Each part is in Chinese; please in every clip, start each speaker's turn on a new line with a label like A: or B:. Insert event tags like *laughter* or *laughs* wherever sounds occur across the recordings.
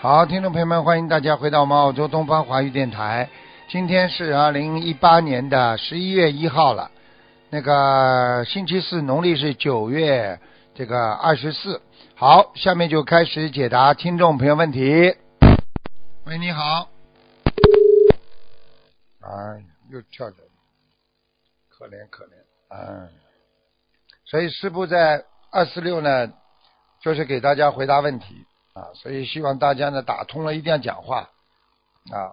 A: 好，听众朋友们，欢迎大家回到我们澳洲东方华语电台。今天是二零一八年的十一月一号了，那个星期四，农历是九月这个二十四。好，下面就开始解答听众朋友问题。喂，你好。啊，又跳着，可怜可怜啊！所以师傅在二四六呢，就是给大家回答问题啊，所以希望大家呢打通了一定要讲话啊，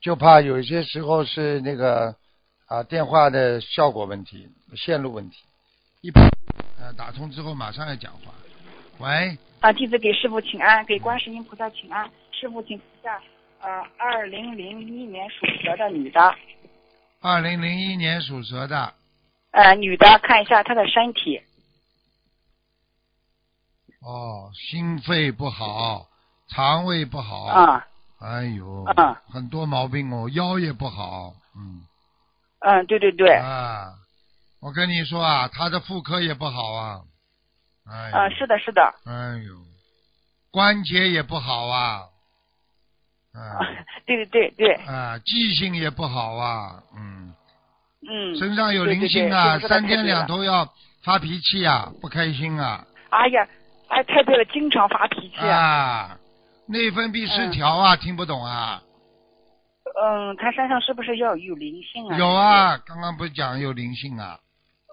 A: 就怕有些时候是那个啊电话的效果问题、线路问题，一般呃打通之后马上要讲话。喂，
B: 啊，弟子给师傅请安，给观世音菩萨请安，师傅请下。呃，二零零一年属蛇的女的，
A: 二零零一年属蛇的，
B: 呃，女的看一下她的身体，
A: 哦，心肺不好，肠胃不好，
B: 啊，
A: 哎呦，
B: 啊
A: 很多毛病哦，腰也不好，嗯，
B: 嗯，对对对，
A: 啊，我跟你说啊，他的妇科也不好啊，哎呦，
B: 嗯，是的，是的，
A: 哎呦，关节也不好啊，
B: 啊
A: 啊
B: 对对对对，
A: 啊，记性也不好啊，嗯，
B: 嗯，
A: 身上有
B: 对
A: 灵性啊，
B: 对对师傅说得
A: 三
B: 太
A: 天
B: 对
A: 两
B: 了
A: 头要发脾气啊，不开心啊，
B: 哎呀，哎，太对了，经常发脾气，
A: 啊，内分泌失
B: 嗯
A: 调啊，听不懂啊，
B: 嗯，她身上是不是要有灵性啊？
A: 有，啊，刚刚不是讲有灵性啊，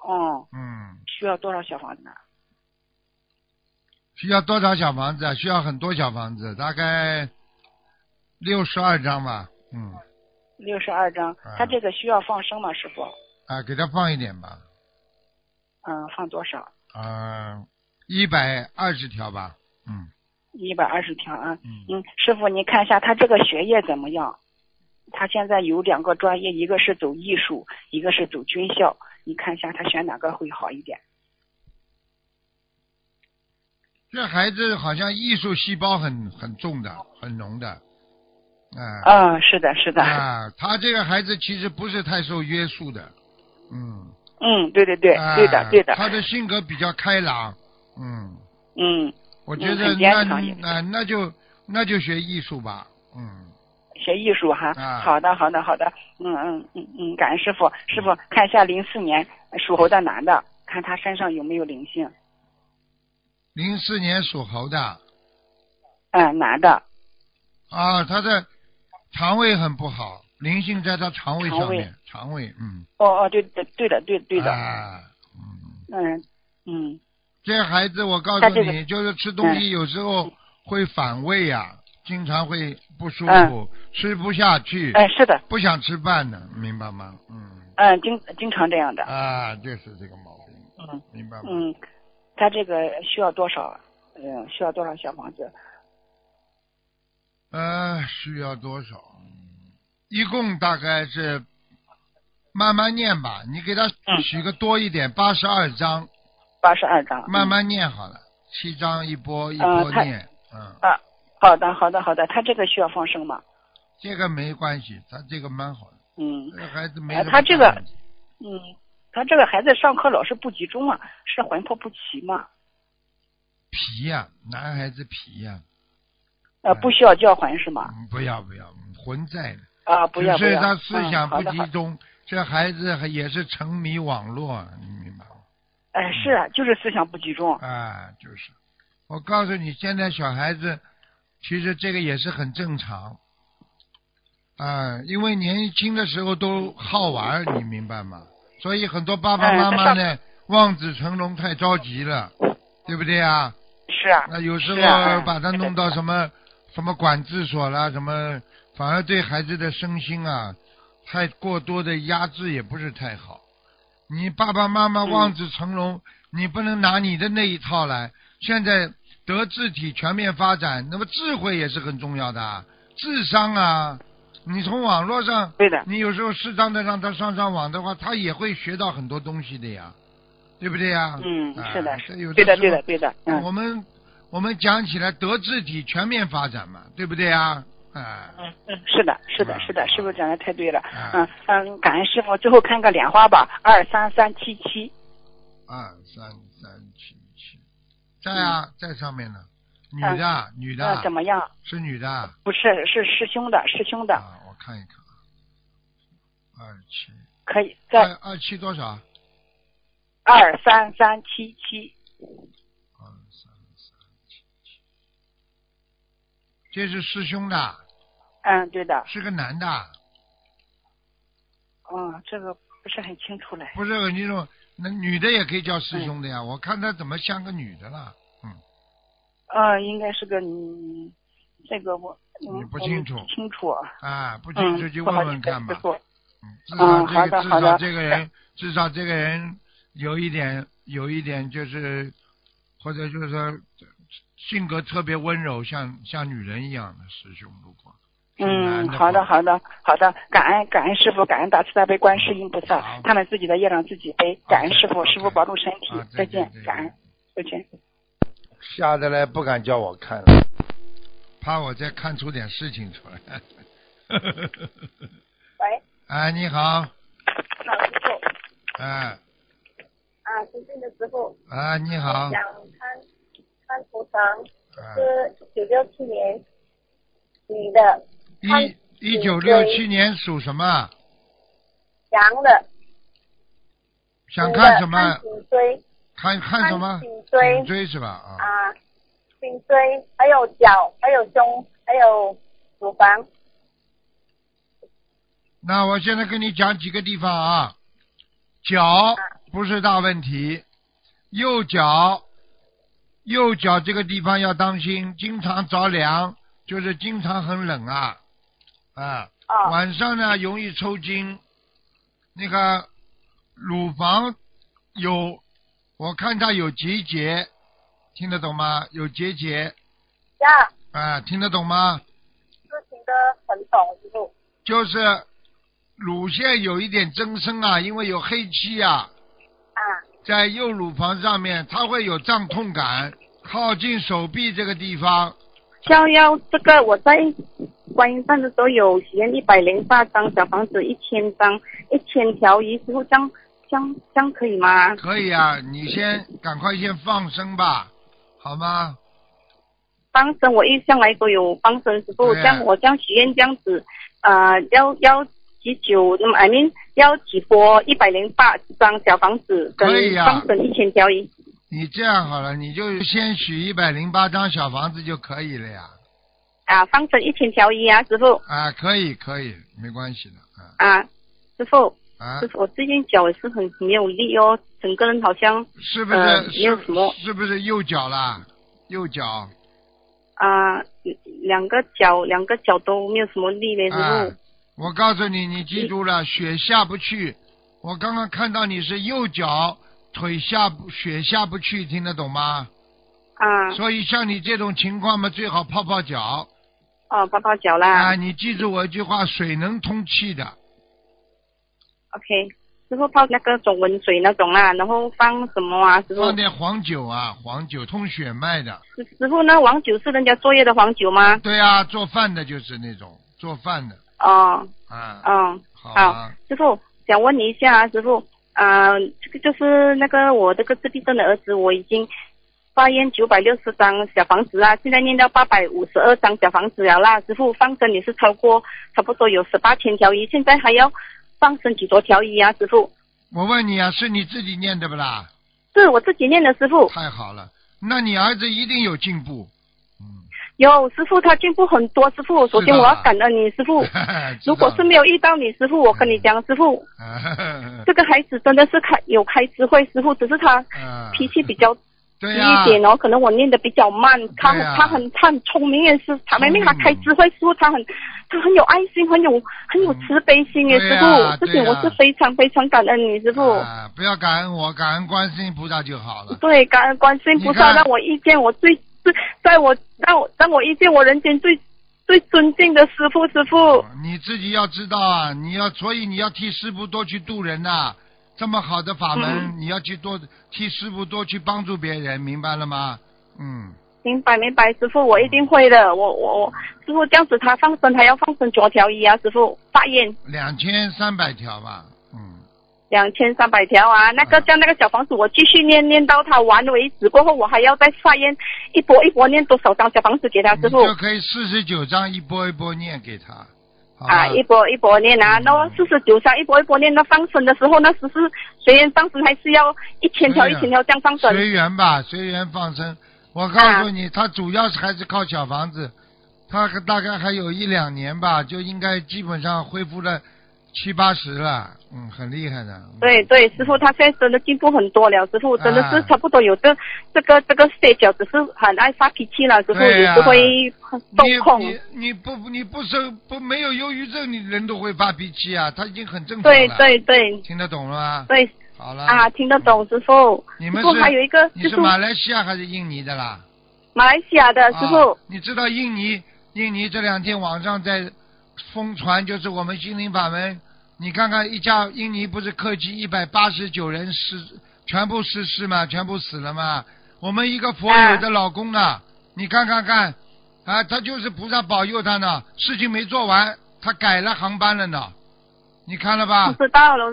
B: 嗯，
A: 嗯，
B: 需要多少小房子呢？
A: 需要多少小房子啊？需要很多小房子，大概六十二张吧，嗯，
B: 六十二张，她这个需要放生吗，师傅？
A: 啊，给他放一点吧，
B: 嗯，放多少？
A: 啊，一百二十条吧，嗯
B: 一百二十条啊。
A: 嗯，
B: 嗯，师傅，您看一下他这个学业怎么样？他现在有两个专业，一个是走艺术，一个是走军校。你看一下他选哪个会好一点？
A: 这孩子好像艺术细胞很很重的，很浓的，啊
B: 嗯，是的，是的。
A: 啊，他这个孩子其实不是太受约束的，嗯，
B: 嗯，对对对，
A: 啊
B: 对的，对的。
A: 他的性格比较开朗，嗯。
B: 嗯，
A: 我觉
B: 嗯
A: 得
B: 很健
A: 那
B: 康也是
A: 那那就那就学艺术吧，嗯，
B: 学艺术哈。
A: 啊
B: 好的，好的，好的。嗯嗯嗯嗯，感恩师傅。师傅，看一下零四年属猴的男的，看他身上有没有灵性？
A: 零四年属猴的
B: 嗯，男的，
A: 啊，他的肠胃很不好，灵性在他肠胃上面，肠胃，嗯，
B: 哦哦，对的，对的，对对的。
A: 啊，嗯，
B: 嗯嗯，
A: 这孩子我告
B: 他
A: 诉
B: 这个嗯
A: 你，就是吃东西有时候会反胃呀，经常会不舒服
B: 嗯，
A: 吃不下去，
B: 哎，是的，
A: 不想吃饭呢，明白吗？嗯，
B: 嗯，经经常这样的。
A: 啊，就是这个毛病，
B: 嗯。
A: 明白吗？
B: 嗯，他这个需要多少？嗯，需要多少小房子？
A: 呃，需要多少？一共大概是慢慢念吧，你给他
B: 嗯
A: 许个多一点，八十二章，
B: 八十二张。
A: 慢慢念好了，七章一波一
B: 呃
A: 波
B: 他
A: 念，嗯，
B: 嗯。啊，好的，好的，好的。他这个需要放生吗？
A: 这个没关系，他这个蛮好的，
B: 嗯
A: 这个孩子没
B: 呃
A: 什么
B: 他这个
A: 大问题
B: 嗯，他这个孩子上课老是不集中啊，是魂魄不齐嘛？
A: 皮呀、男孩子皮呀、
B: 呃，不需要叫魂是吗？
A: 嗯，不要不要，魂在呢，
B: 啊，不要不
A: 只是
B: 要。
A: 他思想
B: 嗯、
A: 不
B: 好的好
A: 集
B: 的。
A: 中，这孩子还也是沉迷网络，啊你明白吗？
B: 哎、是啊，就是思想不集中。
A: 啊，就是，我告诉你，现在小孩子其实这个也是很正常，啊，因为年轻的时候都好玩儿，你明白吗？所以很多爸爸
B: 哎
A: 妈
B: 他
A: 妈
B: 上
A: 呢，望子成龙太着急了，对不对啊？
B: 是啊。
A: 那有时
B: 是啊
A: 候
B: 嗯
A: 把他
B: 是的
A: 弄到
B: 是的
A: 什么什么管制所啦，什么，反而对孩子的身心啊，太过多的压制也不是太好。你爸爸妈妈
B: 嗯
A: 望子成龙，你不能拿你的那一套来。现在德智体全面发展，那么智慧也是很重要的啊，智商啊，你从网络上，
B: 对的。
A: 你有时候适当的让他上上网的话，他也会学到很多东西的呀，对不对呀？
B: 嗯，
A: 啊
B: 是的，
A: 这有
B: 对的，
A: 时
B: 对
A: 候
B: 的，对的。嗯
A: 我们我们讲起来德智体全面发展嘛，对不对啊？啊，
B: 嗯嗯，是的，是的，
A: 嗯
B: 是的，师傅讲的太对了。
A: 啊
B: 嗯嗯，感恩师傅。最后看个莲花吧，二三三七七。
A: 二三三七七，在啊，在上面呢。女的，女的，
B: 嗯
A: 啊
B: 那怎么样？
A: 是女的啊，
B: 不是，是师兄的，师兄的，
A: 啊我看一看，二七
B: 可以
A: 二
B: 在
A: 二七多少？啊
B: 二三三七七，
A: 二三三七七，这是师兄的，啊
B: 嗯，对的，
A: 是个男的，啊
B: 嗯，这个不是很清楚嘞。
A: 不是那种那女的也可以叫师兄的呀。我看他怎么像个女的了，嗯，
B: 嗯，应该是个女，这个我嗯
A: 你不
B: 我
A: 清楚
B: 不清楚，
A: 啊，不清
B: 嗯，
A: 楚就
B: 不好
A: 问
B: 意
A: 问
B: 思
A: 看吧
B: 师。傅
A: 嗯至少
B: 嗯好
A: 这
B: 的
A: 个至少
B: 好的
A: 这个人至少这个人有一点有一点就是或者就是说性格特别温柔，像像女人一样的师兄，如果是男
B: 嗯，
A: 的
B: 好的，
A: 话
B: 好的，好的，感恩感恩师傅，感恩大慈大悲观世音菩
A: 好
B: 萨，他们自己的业障自己背，感恩师傅，
A: OK，
B: 师傅保重身体
A: 啊，
B: 再
A: 见
B: 见，感恩，再见。
A: 吓得来不敢叫我看了，怕我再看出点事情出来。 *laughs*
C: 喂，
A: 哎，你好，
C: 老师傅
A: 哎
C: 啊，尊敬的师傅，
A: 哎，你好，
C: 想看看图腾
A: 哎，
C: 是九六七年女的，看
A: 一哎一九六七年属什么？
C: 阳的，
A: 想
C: 女的
A: 看什么
C: 看？颈椎
A: 看看什么？
C: 看颈椎
A: 颈椎是吧？啊，
C: 啊，颈椎还有脚，还有胸，还有乳房。
A: 那我现在跟你讲几个地方啊，脚不是大问题，右脚，右脚这个地方要当心，经常着凉，就是经常很冷啊，啊，
C: 哦
A: 晚上呢容易抽筋，那个乳房有，我看它有结节，听得懂吗？有结节
C: 呀，
A: 啊，听得懂吗？
C: 事情的很懂，师傅。
A: 就是乳腺有一点增生啊，因为有黑气啊，
C: 啊
A: 在右乳房上面，它会有胀痛感，靠近手臂这个地方，
D: 逍遥这个我在观音山的时候有许愿一百零八张小房子，一千张，一千条鱼，师傅这样这样这样可以吗？
A: 可以啊，你先赶快先放生吧，好吗？
D: 帮身我一向来都有帮身师傅，
A: 对
D: 这样我这样许愿这样子，呃，要要几九，那么 I mean 要几波一百零八张小房子跟
A: 可以啊
D: 帮身一千条鱼。
A: 你这样好了，你就先许一百零八张小房子就可以了呀，
D: 啊，放成一千条鱼啊，师傅
A: 啊，可以可以，没关系的，啊
D: 啊，师傅，
A: 啊
D: 师，傅，我最近脚也是很没有力哦，整个人好像
A: 是不是、
D: 呃没有什么
A: 是是不是右脚啦？右脚，
D: 啊、两个脚两个脚都没有什么力嘞，师
A: 啊
D: 傅。，
A: 我告诉你，你记住
D: 嗯
A: 了，血下不去。我刚刚看到你是右脚腿下不血下不去，听得懂吗？
D: 啊，
A: 所以像你这种情况嘛，最好泡泡脚
D: 哦，泡泡脚
A: 啊。
D: 啦。
A: 你记住我一句话，水能通气的。
D: OK，师傅泡那个总温水那种啦，然后放什么啊，师傅？
A: 放点黄酒啊，黄酒通血脉的。
D: 师师傅，那黄酒是人家作业的黄酒吗？
A: 对啊，做饭的就是那种做饭的
D: 哦，
A: 啊。
D: 哦，
A: 好
D: 好
A: 啊，，
D: 师傅想问你一下啊，师傅，啊，这个就是那个我这个自闭症的儿子，我已经发烟九百六十张小房子啊，现在念到八百五十二张小房子了啦，师傅放生也是超过差不多有十八千条鱼，现在还要放生几多条鱼啊，师傅？
A: 我问你啊，是你自己念的不啦？
D: 是我自己念的，师傅。
A: 太好了，那你儿子一定有进步。嗯，
D: 有师傅，他进步很多。师傅，首先我要感恩你，师傅。
A: *laughs* 知
D: 如果
A: 道
D: 是
A: 了
D: 没有遇到你，师傅，我
A: *laughs*
D: 跟你讲，师傅，
A: 啊
D: 这个孩子真的是开有开智慧，师傅，只是他脾气比较急
A: 啊对呀、
D: 一点哦，可能我念的比较慢。他
A: 对啊
D: 他很他很聪明，也是他
A: 聪
D: 明
A: 明
D: 明他开智慧，师傅他很他很有爱心，很有很有慈悲心耶，
A: 对
D: 师
A: 啊
D: 傅，这点
A: 对
D: 我
A: 啊
D: 是非常非常感恩你，师傅。
A: 啊不要感恩我，感恩观世音菩萨就好了。
D: 对，感恩观世音菩
A: 啊你看
D: 萨让我遇见我最最，在我让我让我遇见我人间最最尊敬的师傅师傅。
A: 你自己要知道啊，你要所以你要替师傅多去度人呐、这么好的法门，
D: 嗯
A: 你要去多替师傅多去帮助别人，明白了吗？嗯，
D: 明白明白，师傅我一定会的。我我我，师傅这样子他放生还要放生九条鱼啊，师傅发愿
A: 两千三百条吧，嗯，
D: 两千三百条啊，那个叫那个小房子，我继续念念到他完为止，过后我还要再发烟，一波一波念多少张小房子给他
A: 你
D: 师傅
A: 嗯就可以四十九章一波一波念给他，好吧
D: 啊，一波一波念
A: 嗯
D: 啊，那四十九张一波一波念，那放生的时候那时是虽然放生还是要一千条
A: 对
D: 一
A: 哎呀
D: 千条这样放生，
A: 随缘吧，随缘放生。我告诉你，他主要是还是靠小房子，他大概还有一两年吧，就应该基本上恢复了七八十了，嗯，很厉害的。嗯
D: 对对，师傅他现在真的进步很多了，师傅真的是
A: 啊
D: 差不多有这、这个这个歇脚，只是很爱发脾气了，师傅
A: 对
D: 有
A: 呀
D: 时会
A: 你
D: 受控。
A: 你你不你不生不没有忧郁症，你人都会发脾气啊，他已经很正常
D: 对
A: 了。
D: 对对
A: 听得懂了吗？
D: 对
A: 好了。
D: 啊，听得懂师傅。
A: 你
D: 师
A: 们
D: 傅
A: 是
D: 还有一个
A: 你
D: 就是是
A: 马来西亚还是印尼的啦？
D: 马来西亚的师傅
A: 啊，你知道印尼，印尼这两天网上在疯传，就是我们心灵法门。你看看一架印尼不是客机一百八十九人失，全部失事嘛，全部死了嘛。我们一个佛友的老公啊，你看看看，啊，他就是菩萨保佑他呢，事情没做完，他改了航班了呢。你看了吧？
D: 我知道了。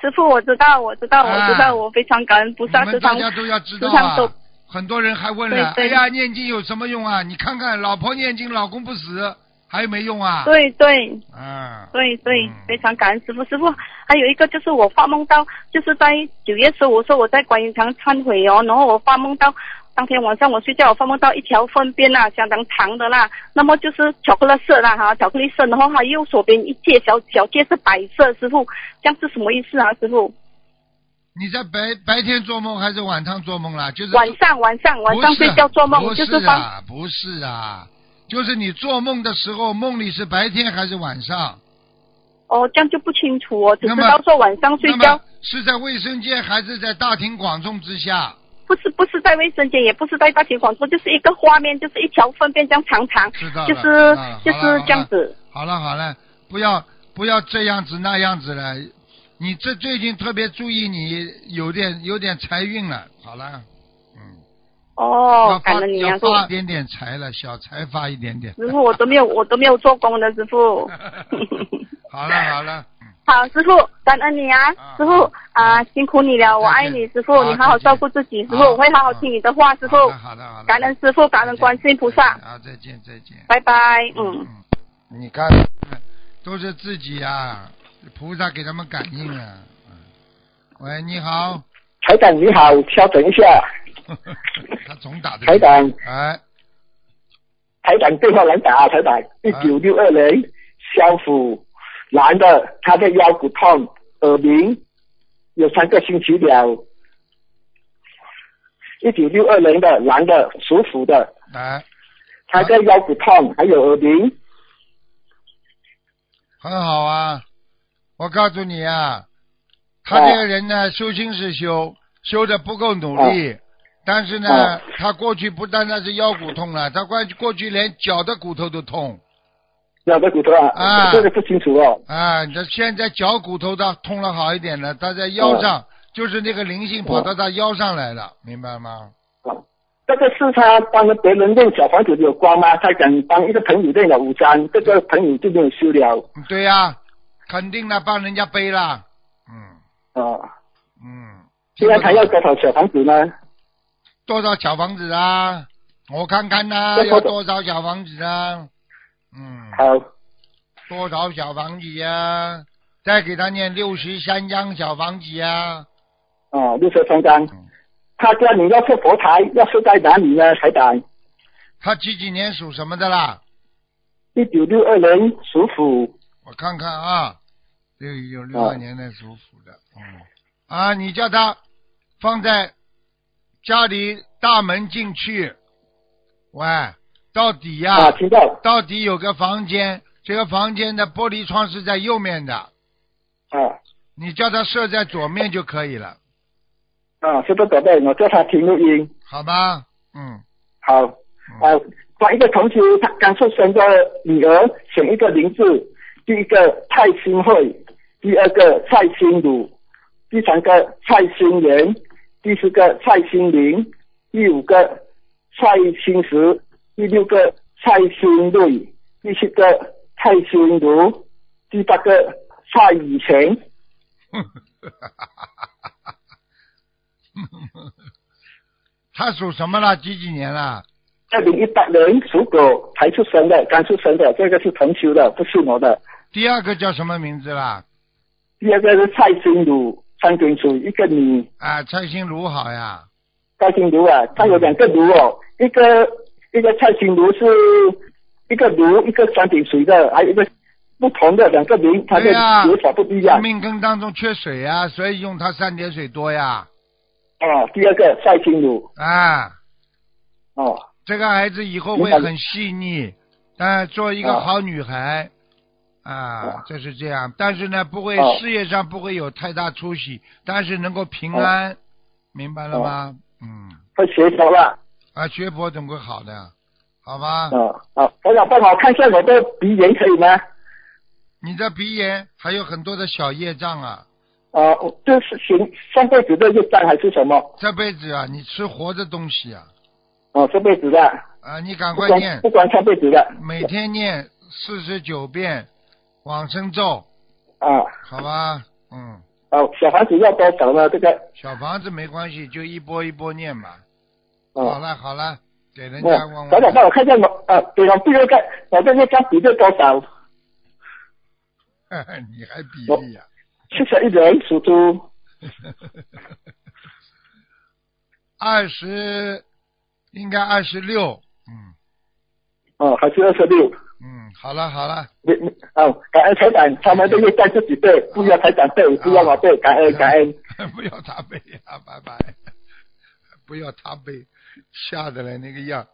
D: 师傅，我知道，我知道，
A: 啊
D: 我知道，我非常感恩菩萨
A: 你
D: 师
A: 们
D: 傅
A: 大。家都要知道
D: 时常
A: 啊
D: 都。
A: 很多人还问了，
D: 对对
A: 哎呀，念经有什么用啊？你看看，老婆念经，老公不死，还有没用啊？
D: 对对
A: 啊，
D: 对对
A: 嗯，
D: 非常感恩师傅。师傅，还有一个就是我发梦到，就是在九月十五说我在观音堂忏悔哦，然后我发梦到当天晚上我睡觉，我发梦到一条粪便啦、相当长的啦，那么就是巧克力色啦哈，巧克力色，然后它右手边一戒小小戒是白色，师傅，这样是什么意思啊？师傅，
A: 你在白白天做梦还是晚上做梦啦？就是
D: 晚上晚上晚上
A: 不是啊
D: 睡觉做梦
A: 不
D: 就是
A: 是
D: 放
A: 啊，不是啊，就是你做梦的时候，梦里是白天还是晚上？
D: 哦，这样就不清楚哦，只
A: 那
D: 知
A: 么
D: 道说晚上睡
A: 那
D: 觉
A: 么。是在卫生间还是在大庭广众之下？
D: 不是不是在卫生间，也不是在大庭广众，就是一个画面，就是一条粪便这样长长，
A: 知啊道了
D: 就是
A: 知道了
D: 就
A: 好了
D: 是这样子。
A: 好了好了，不要不要这样子那样子了。你这最近特别注意，你有点有点财运了。好了，嗯，
D: 哦
A: 要，
D: 感
A: 发
D: 恩你啊，
A: 要
D: 师傅
A: 发一点点财了，小财发一点点。
D: 师傅我都没有我都没有做工的师傅。
A: *laughs* 嗯好了好了，
D: *laughs*
A: 嗯
D: 好，师傅，感恩你啊，
A: 啊
D: 师傅啊，辛苦你了，我
A: 再见
D: 爱你，师傅，
A: 啊
D: 你好好照顾自己，师傅，
A: 啊
D: 我会好好听你的话，师傅
A: 好，的好的好的，
D: 感恩师傅，感恩观世音菩萨，
A: 啊，再见再见。
D: 拜拜，嗯，
A: 嗯，你看，都是自己啊，菩萨给他们感应啊。嗯喂，你
E: *laughs*
A: 好， *laughs*
E: 台长你好，稍等一下，
A: 他总打的。
E: 台长，
A: 哎，
E: 台长电话来打，台长一九六二年，肖虎，男的，他的腰骨痛，耳鸣，有三个星期了。一九六二年的男的，属虎的，
A: 来，
E: 他的腰骨痛，还有耳鸣，
A: 很好啊。我告诉你啊，他这个人呢，修心是修，修的不够努
E: 啊
A: 力，但是呢
E: 哦，
A: 他过去不单单是腰骨痛了，他过过去连脚的骨头都痛
E: 两个骨头啊，
A: 啊
E: 这个不清楚哦。
A: 啊。他现在脚骨头的痛了好一点了，他在腰上，
E: 啊
A: 就是那个灵性跑到他腰上来了，明白吗？
E: 啊这个是他帮别人练小房子有关吗？他想帮一个朋友练了五张，这个朋友就没有修了。
A: 嗯对呀、肯定的，帮人家背啦。嗯
E: 啊，
A: 嗯。
E: 现在他要多少小房子呢？
A: 多少小房子啊？我看看呐、
E: 多少
A: 要
E: 的
A: 多少小房子啊？嗯，
E: 好，
A: 多少小房子呀、再给他念六十三张小房子啊呀、
E: 哦，六十三张
A: 嗯。
E: 他家里要设佛台，要设在哪里呢？台长，
A: 他几几年属什么的啦？
E: 一九六二年属虎，
A: 我看看啊，六有
E: 啊
A: 六二年的属虎的，嗯，啊，你叫他放在家里大门进去，喂，到底呀、
E: 啊，听到了
A: 到底有个房间，这个房间的玻璃窗是在右面的，
E: 啊
A: 你叫他设在左面就可以了，
E: 啊，是不准备，我叫他听录音。
A: 好吗？嗯， *laughs*
E: 好，啊，帮一个同学，他刚出生的女儿，选一个名字，第一个蔡新慧，第二个蔡新鲁，第三个蔡新元，第四个蔡新林，第五个蔡新石，第六个蔡新瑞，第七个蔡新如，第八个蔡以前，
A: 他属什么了？几几年了？
E: 二零一八年属狗，才出生的，刚出生的，这个是同修的，不是我的。
A: 第二个叫什么名字啦？
E: 第二个是蔡心如，三根竹，一个女，
A: 啊，蔡心如好呀，
E: 蔡心如啊，她有两个如哦，一个一个蔡心如是一个如，一个三点水的，还有一个不同的两个名，它的
A: 对哎呀
E: 写法不一样。
A: 命根当中缺水呀，所以用它三点水多呀。
E: 啊，第二个蔡心如，
A: 啊，
E: 哦，
A: 这个孩子以后会很细腻，但做一个好女孩，啊，这是这样。但是呢，不会
E: 哦
A: 事业上不会有太大出息，但是能够平安，明白了吗？嗯，
E: 会学佛了。
A: 啊，学佛总会好的，好吧？
E: 啊啊，我想帮我看一下我的鼻炎可以吗？
A: 你的鼻炎还有很多的小业障啊，
E: 啊，我这是行上辈子的业障还是什么？
A: 这辈子啊，你吃活的东西啊，
E: 哦，这辈子的，
A: 啊，你赶
E: 不
A: 快
E: 管
A: 念
E: 不，管上辈子的。
A: 每天念四十九遍往生咒，
E: 啊
A: 好吧？嗯，
E: 哦，小房子要多少呢？这个
A: 小房子没关系，就一波一波念嘛。好
E: 啊，
A: 了好了，给人家问
E: 我嗯早点帮
A: 问。
E: 我看一下我啊，对了，不要看我这业障比例多少？
A: *laughs* 你还比例啊呀、
E: 七十一人属猪，
A: *laughs* 二十应该二十六，嗯
E: 哦，还是二十六。
A: 嗯，好了好了，
E: 你你哦，感恩台长，他们的业障自己背，不要台长
A: *laughs*
E: 背，不要我背，感恩感恩。
A: 啊不要他背啊，拜拜，不要他背，吓得来那个样，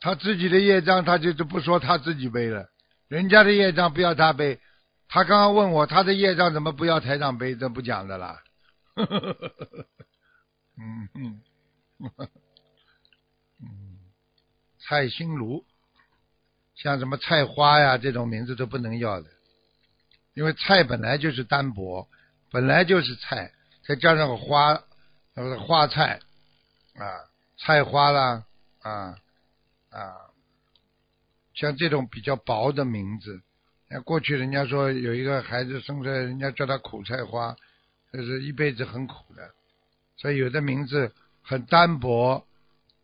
A: 他自己的业障他就是不说他自己背了，人家的业障不要他背，他刚刚问我他的业障怎么不要台长背，这不讲的啦， *laughs* 嗯嗯，嗯，蔡心如，像什么菜花呀这种名字都不能要的，因为菜本来就是单薄，本来就是菜，再加上个花，呃，花菜啊，菜花啦啊啊，像这种比较薄的名字，那过去人家说有一个孩子生出来，人家叫他苦菜花，就是一辈子很苦的，所以有的名字很单薄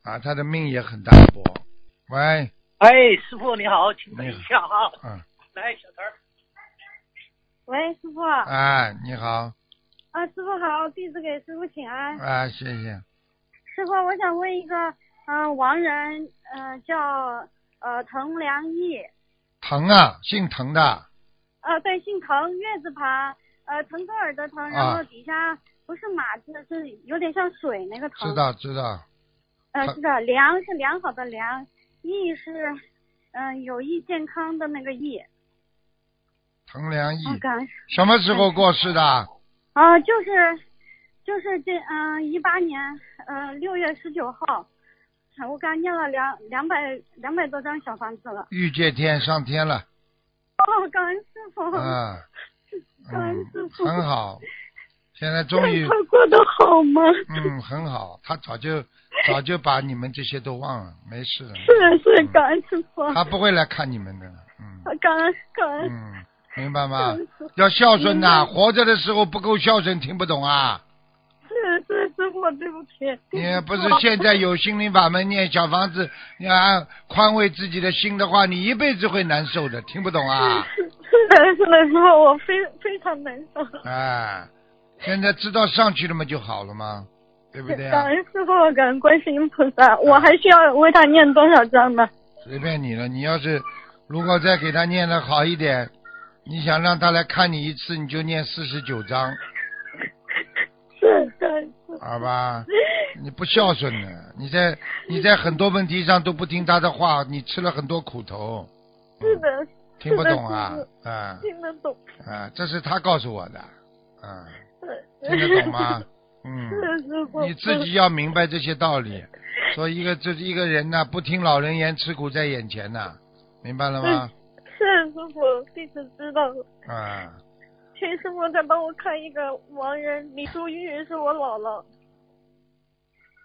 A: 啊，他的命也很单薄。喂，
F: 哎，师傅你好，请等一下啊，
A: 嗯，
F: 来，小陈儿，
G: 喂，师傅
A: 哎，你好，
G: 啊，师傅好，弟子给师傅请安。
A: 哎，谢谢，
G: 师傅，我想问一个，嗯、亡人，嗯、叫呃滕良义，
A: 疼啊，姓滕的，
G: 啊，对，姓滕，月字旁，呃，腾格尔的腾，然
A: 啊
G: 后底下不是马字，是有点像水那个腾。
A: 知。道知道，
G: 呃，是的，良是良好的良，义是嗯、有益健康的那个益。
A: 滕良义
G: 啊，感恩
A: 什么时候过世的？
G: 啊，就是就是这嗯一八年嗯六月十九号，我刚念了两两百两百多张小房子了。
A: 玉界天上天了，
G: 哦，感恩师傅， *laughs*
A: 啊，
G: 感恩
A: 嗯，
G: 师傅，
A: 很好，现在终于，
G: 他过得好吗？
A: 嗯，很好，他早就早就把你们这些都忘了，没事的，
G: 是啊是，
A: 嗯
G: 感恩师傅，
A: 他不会来看你们的，嗯
G: 感恩感恩。
A: 嗯，明白吗
G: 嗯 *laughs* 是？
A: 要孝顺呐、
G: 明
A: 活着的时候不够孝顺，听不懂啊。
G: 是是师傅，对不起。
A: 你不是现在有心灵法门念小房子，你啊宽慰自己的心的话，你一辈子会难受的，听不懂啊？
G: *laughs* 是的，是的，师傅，我非非常难受。
A: 哎，现在知道上去了嘛就好了嘛，对不对
G: 感
A: 啊？
G: 恩师傅，感恩观世音菩萨，我还需要为他念多少章呢？
A: 随便你了，你要是如果再给他念的好一点，你想让他来看你一次，你就念四十九章，
G: 是感恩师傅，
A: 好吧？你不孝顺呢，你在你在很多问题上都不听他的话，你吃了很多苦头，
G: 是的，
A: 听不懂啊？啊
G: 听得懂。
A: 啊，这是他告诉我的，啊，
G: 是
A: 听得懂
G: *laughs*
A: 吗？嗯。
G: 是师傅，
A: 你自己要明白这些道理。说一个这一个人呐、不听老人言，吃苦在眼前呐、明白了吗？
G: 嗯是师傅，弟子知道了。
A: 啊，
G: 请师傅再帮我看一个亡人李淑玉，是我姥姥，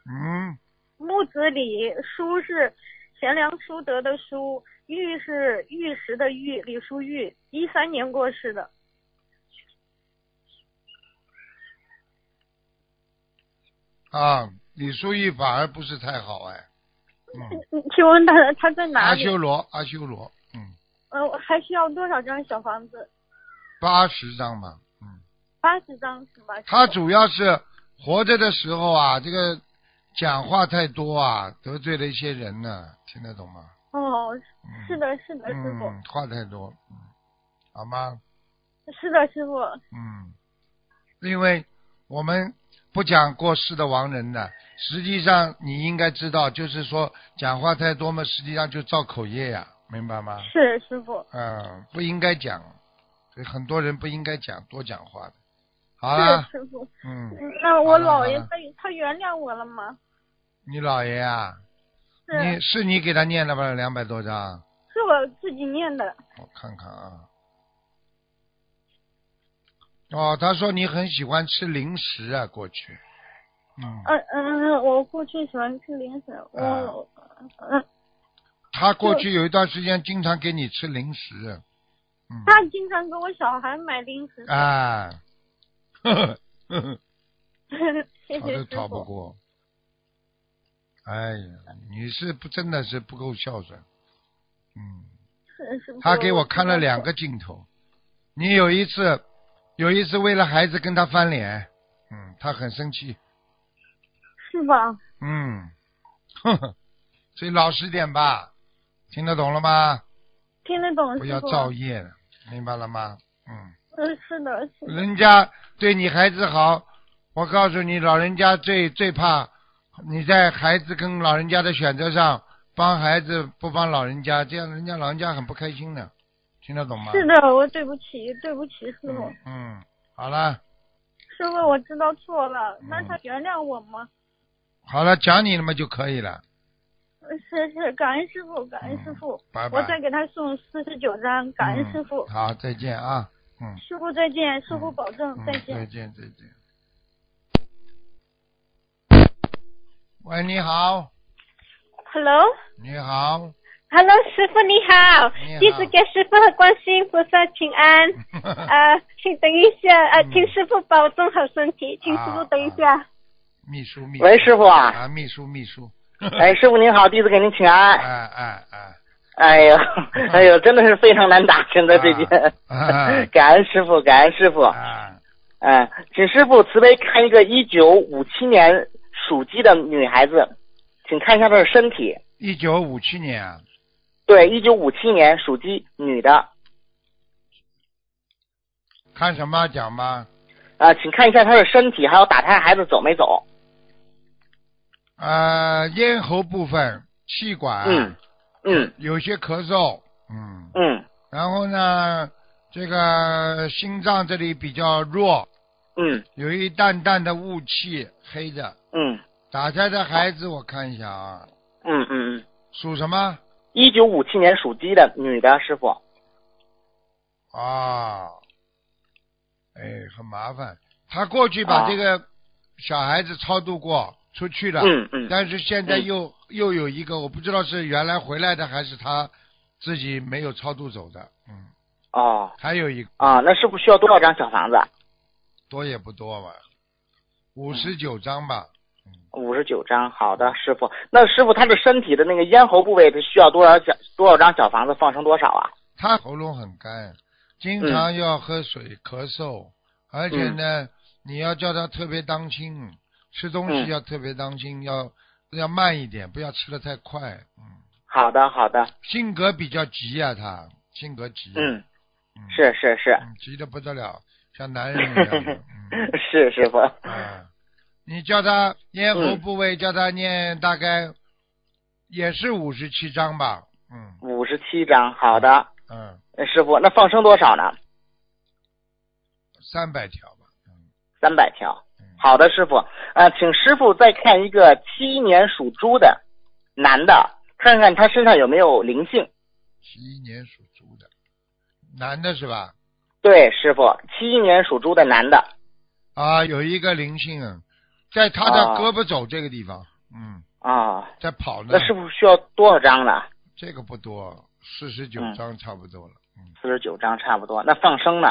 A: 嗯，
G: 木子李，淑是贤良淑德的淑，玉是玉石的玉，李淑玉，一三年过世的。
A: 啊，李淑玉反而不是太好哎。嗯，
G: 请问他他在哪
A: 阿
G: 里？
A: 修罗，阿修罗，嗯，
G: 呃，我还需要多少张小房子？
A: 八十张嘛，嗯，
G: 八十张是吧？
A: 他主要是活着的时候啊，这个讲话太多啊，得罪了一些人呢、听得懂吗？
G: 哦，
A: 嗯、
G: 是，的，是的，师傅，
A: 嗯，话太多，嗯，好吗？
G: 是的，师傅，
A: 嗯，因为我们不讲过世的亡人的，实际上你应该知道，就是说讲话太多嘛，实际上就造口业呀、明白吗？
G: 是师傅，
A: 嗯，不应该讲，所以很多人不应该讲多讲话的。好
G: 是
A: 啦，
G: 师傅。
A: 嗯，
G: 那
A: 好
G: 我
A: 了
G: 姥爷
A: 好了
G: 他他原谅我了吗？
A: 你姥爷啊，
G: 是
A: 你是你给他念了吧？两百多张，
G: 是我自己念的。
A: 我看看啊。哦，他说你很喜欢吃零食啊，过去，嗯，
G: 嗯嗯，我过去喜欢吃零食，我
A: 啊
G: 嗯，
A: 他过去有一段时间经常给你吃零食，嗯，
G: 他经常给我小孩买零食。
A: 啊，呵呵呵呵，
G: *laughs* 谢
A: 逃
G: 谢
A: 都
G: 师
A: 逃不
G: 傅。
A: 过。哎呀，你是不真的是不够孝顺，嗯，
G: 是师傅
A: 他给我看了两个镜头，你有一次，有一次为了孩子跟他翻脸，嗯，他很生气，
G: 是吧？
A: 嗯，呵呵，所以老实点吧，听得懂了吗？
G: 听得懂
A: 不要
G: 师傅。
A: 造业了，明白了吗？嗯。
G: 嗯，是的，是的。
A: 人家对你孩子好，我告诉你，老人家最最怕你在孩子跟老人家的选择上帮孩子不帮老人家，这样人家老人家很不开心的，听得懂吗？
G: 是的，我对不起，对不起，师傅。
A: 嗯。嗯，好了，
G: 师傅，我知道错了，
A: 嗯
G: 那他原谅我吗？
A: 好了，讲你了嘛就可以了。
G: 是是，嗯感恩师傅，感恩师傅。
A: 嗯拜拜
G: 我再给他送四十九张，感恩师傅
A: 嗯。好，再见啊。嗯。
G: 师傅再见，师傅保证
A: 嗯
G: 再见
A: 再。见，再见。喂，你好，
H: Hello，Hello，
A: 你好， *laughs*
H: 师傅你好
A: 你好，
H: 弟子给师傅和观世音菩萨请安。啊，请等一下，啊，
A: 嗯啊
H: 请师傅保重好身体，请师傅等一下。
A: 秘书，秘书。
I: 喂，师傅啊，
A: 啊，秘书，秘书。
I: 哎，师傅您好，弟子给您请安。
A: 哎哎
I: *laughs*
A: 哎，
I: 哎呦， *laughs* 哎呦，真的是非常难打，现在最近。
A: 嗯
I: *laughs*
A: 啊
I: 感恩哎师傅，感恩师傅。
A: 啊，
I: 嗯，请师傅慈悲看一个一九五七年属鸡的女孩子，请看一下她的身体。
A: 一九五七年啊，
I: 对，一九五七年属鸡女的，
A: 看什么讲吧？
I: 啊，请看一下她的身体，还有打胎孩子走没走？
A: 呃，咽喉部分、气管、
I: 嗯嗯
A: 有些咳嗽，嗯，
I: 嗯
A: 然后呢，这个心脏这里比较弱，
I: 嗯
A: 有一淡淡的雾气，黑的。
I: 嗯
A: 打胎的孩子，我看一下啊，
I: 嗯嗯嗯，
A: 属什么
I: 一九五七年属鸡的女的师傅，
A: 啊？哎，很麻烦。他过去把
I: 啊
A: 这个小孩子超度过出去了，
I: 嗯嗯
A: 但是啊现在
I: 嗯
A: 又、又有一个，我不知道是原来回来的还是他自己没有超度走的，嗯，
I: 哦
A: 还有一个
I: 啊，那师傅需要多少张小房子？
A: 多也不多吧，五十九张吧，
I: 五十九张，好的，师傅。那师傅，他的身体的那个咽喉部位，他需要多少小多少张小房子放生多少啊？
A: 他喉咙很干，经常要喝水、咳嗽，而且呢，你要叫他特别当心，吃东西
I: 嗯
A: 要特别当心，要要慢一点，不要吃的太快，嗯，
I: 好的，好的，
A: 性格比较急呀、他性格急，
I: 嗯，
A: 嗯，
I: 是是是 *laughs*
A: 嗯，急的不得了，像男人一样的，嗯。
I: 是师傅，
A: 啊，你叫他咽喉部
I: 嗯
A: 位，叫他念大概也是五十七章吧，嗯
I: 五十七张，好的，呃
A: 嗯，
I: 师傅，那放生多少呢？
A: 三百条吧，嗯
I: 三百条。好的，师傅，呃，请师傅再看一个七一年属猪的男的，看看他身上有没有灵性。
A: 七一年属猪的，男的是吧？
I: 对，师傅，七一年属猪的男的，
A: 啊，有一个灵性啊，在他的
I: 哦
A: 胳膊肘这个地方，嗯，
I: 啊，
A: 在跑呢
I: 那，师傅需要多少张呢？
A: 这个不多，四十九
I: 嗯
A: 章差不多了，嗯，
I: 四十九张差不多。那放生呢？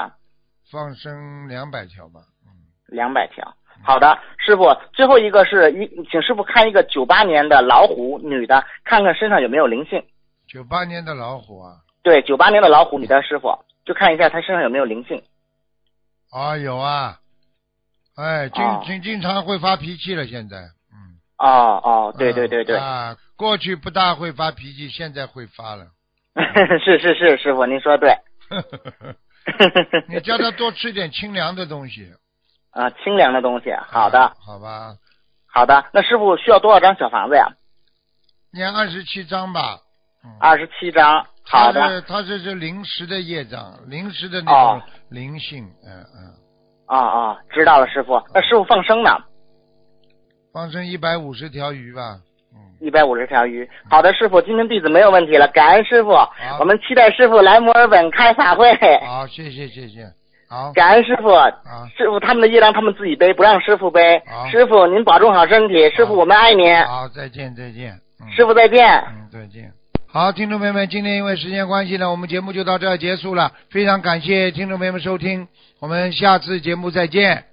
A: 放生两百条吧，嗯，
I: 两百条。好的，师傅，最后一个是一，请师傅看一个九八年的老虎女的，看看身上有没有灵性。
A: 九八年的老虎啊，
I: 对，九八年的老虎女的师傅，就看一下她身上有没有灵性。
A: 啊有啊，哎，经
I: 哦
A: 经经常会发脾气了，现在，嗯，
I: 哦哦，对对对对，
A: 啊，过去不大会发脾气，现在会发了。
I: *laughs*
A: *laughs*
I: 是是是，师傅您说对。
A: 你叫他多吃点清凉的东西。
I: *laughs* 啊，清凉的东西。好的
A: 啊，好吧，
I: 好的。那师傅需要多少张小房子呀？
A: 念二十七章吧。嗯，
I: 二十七张。啊好
A: 他
I: 的。
A: 是他这是临时的业障，临时的那
I: 哦
A: 种灵性，嗯嗯，
I: 啊啊，知道了，师傅。那师傅放生呢？
A: 放生一百五十条鱼吧。嗯，
I: 一百五十条鱼。好的，师傅，今天弟子没有问题了，感恩师傅。我们期待师傅来墨尔本开法会。
A: 好，谢谢谢谢，好
I: 感恩师傅，
A: 啊，
I: 师傅他们的业让他们自己背，不让师傅背
A: 好。
I: 师傅您保重好身体，师傅我们爱您，
A: 好，再见再见，嗯
I: 师傅再见。
A: 嗯，再见。好，听众朋友们，今天因为时间关系呢，我们节目就到这儿结束了。非常感谢听众朋友们收听，我们下次节目再见。